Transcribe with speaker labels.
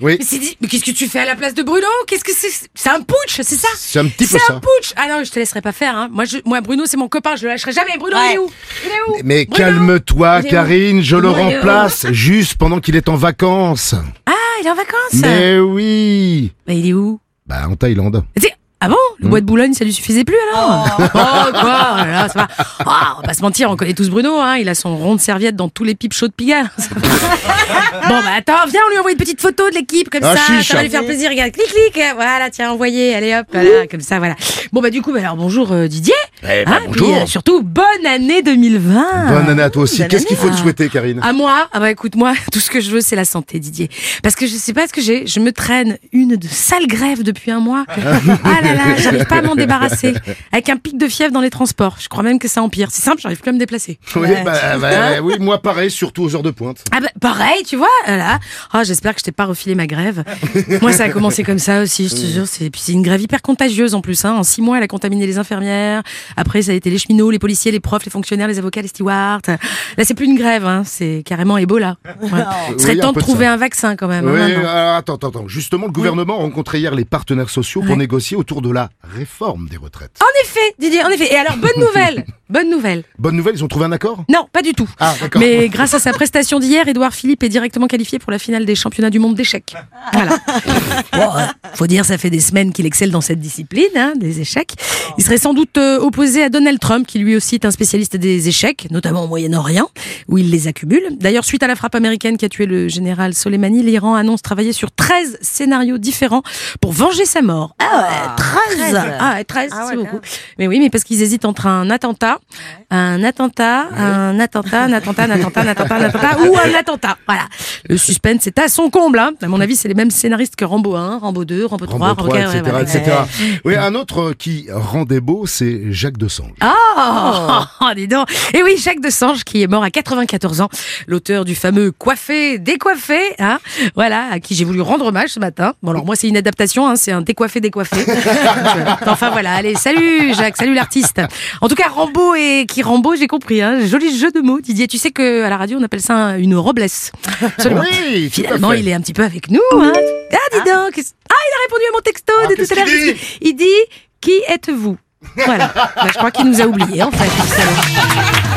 Speaker 1: Oui.
Speaker 2: Mais, c'est Di- mais qu'est-ce que tu fais à la place de Bruno Qu'est-ce que c'est C'est un putsch, c'est ça
Speaker 1: C'est un petit peu
Speaker 2: C'est
Speaker 1: ça.
Speaker 2: un putsch Ah non, je te laisserai pas faire. Hein. Moi, je, moi, Bruno, c'est mon copain, je le lâcherai jamais. Bruno, il est où Il est où
Speaker 1: Mais
Speaker 2: Bruno
Speaker 1: calme-toi
Speaker 2: Il est où
Speaker 1: Karine, je le
Speaker 2: Bruno
Speaker 1: remplace juste pendant qu'il est en vacances.
Speaker 2: Ah, il est en vacances
Speaker 1: Mais oui.
Speaker 2: Mais il est où
Speaker 1: Bah en Thaïlande.
Speaker 2: C'est- ah bon Le
Speaker 1: Hmm.
Speaker 2: bois de Boulogne, ça lui suffisait plus alors Oh, quoi oh là là, ça va. Ah, On va pas se mentir, on connaît tous Bruno, hein, il a son rond de serviette dans tous les pipes chauds de Pigalle. bon bah attends, viens, on lui envoie une petite photo de l'équipe, comme
Speaker 1: Ah,
Speaker 2: ça,
Speaker 1: chiche.
Speaker 2: ça va lui faire plaisir, regarde, clic clic, hein, voilà, tiens, envoyez, allez hop, voilà, comme ça, voilà. Bon bah du coup, bah, alors bonjour euh, Didier,
Speaker 1: Eh ben,
Speaker 2: Hein,
Speaker 1: bonjour.
Speaker 2: puis, euh, surtout, bonne année 2020
Speaker 1: Bonne année à toi aussi.
Speaker 2: Ah, Bonne
Speaker 1: Qu'est-ce qu'il
Speaker 2: année,
Speaker 1: faut te
Speaker 2: hein.
Speaker 1: souhaiter Karine
Speaker 2: à moi, ah bah écoute moi, tout ce que je veux c'est la santé Didier. Parce que je sais pas ce que j'ai, je me traîne une de sale grève depuis un mois. Ah là là, j'arrive pas à m'en débarrasser. Avec un pic de fièvre dans les transports, je crois même que ça empire. C'est simple, j'arrive plus à me déplacer.
Speaker 1: Oui,
Speaker 2: Ouais.
Speaker 1: bah, bah, oui, moi pareil, surtout aux heures de pointe.
Speaker 2: Ah bah, pareil, tu vois, euh, là. Ah, j'espère que je t'ai pas refilé ma grève. Moi, ça a commencé comme ça aussi, je te jure. C'est puis c'est une grève hyper contagieuse en plus. Hein. En six mois, elle a contaminé les infirmières. Après, ça a été les cheminots, les policiers, les profs, les fonctionnaires, les avocats, les stewards. Là, c'est plus une grève, hein. c'est carrément Ebola. Ouais. Il serait
Speaker 1: Oui, un
Speaker 2: temps de
Speaker 1: peu de
Speaker 2: trouver
Speaker 1: ça.
Speaker 2: un vaccin quand même. hein,
Speaker 1: Oui,
Speaker 2: maintenant.
Speaker 1: alors, attends, attends, attends. Justement, le gouvernement a rencontré hier les partenaires sociaux pour
Speaker 2: Ouais.
Speaker 1: négocier autour de la réforme des retraites.
Speaker 2: En effet, Didier, en effet. Et alors, bonne nouvelle Bonne nouvelle.
Speaker 1: Bonne nouvelle, ils ont trouvé un accord
Speaker 2: Non, pas du tout.
Speaker 1: Ah, d'accord.
Speaker 2: Mais grâce à sa prestation d'hier, Édouard Philippe est directement qualifié pour la finale des championnats du monde d'échecs. Voilà. Bon, euh, faut dire, ça fait des semaines qu'il excelle dans cette discipline, hein, des échecs. Il serait sans doute euh, opposé à Donald Trump, qui lui aussi est un spécialiste des échecs, notamment au Moyen-Orient, où il les accumule. D'ailleurs, suite à la frappe américaine qui a tué le général Soleimani, l'Iran annonce travailler sur 13 scénarios différents pour venger sa mort. Ah ouais, 13 Ah ouais, 13, c'est beaucoup. Mais oui, mais parce qu'ils hésitent entre un attentat, un attentat, un attentat, un attentat, un attentat, un attentat, un attentat, ou un attentat. Voilà. Le suspense est à son comble. Hein. À mon avis, c'est les mêmes scénaristes que Rambo 1, Rambo 2, Rambo 3,
Speaker 1: Rambo 3,
Speaker 2: Rambo 4,
Speaker 1: etc.,
Speaker 2: ouais, voilà.
Speaker 1: etc. Oui, un autre qui rendait beau, c'est Jacques Dessange.
Speaker 2: Oh, dis donc. Et oui, Jacques Desange, qui est mort à 94 ans, l'auteur du fameux Coiffé, décoiffé, hein, voilà, à qui j'ai voulu rendre hommage ce matin. Bon, alors moi, c'est une adaptation, hein, c'est un décoiffé, décoiffé. Donc, enfin, voilà, allez, salut Jacques, salut l'artiste. En tout cas, Rambo et qui Rambo, j'ai compris, hein, joli jeu de mots, Didier. Tu sais que à la radio, on appelle ça une roblesse. Absolument.
Speaker 1: Oui, tout à
Speaker 2: Finalement,
Speaker 1: fait.
Speaker 2: il est un petit peu avec nous. Hein. Ah, dis donc. qu'est-ce- Ah, il a répondu à mon texto
Speaker 1: Ah,
Speaker 2: de tout
Speaker 1: qu'est-ce
Speaker 2: à l'heure.
Speaker 1: qu'il
Speaker 2: Qu'est-ce qu'il- Il dit Qui êtes-vous Voilà. Bah, je crois qu'il nous a oubliés, en fait.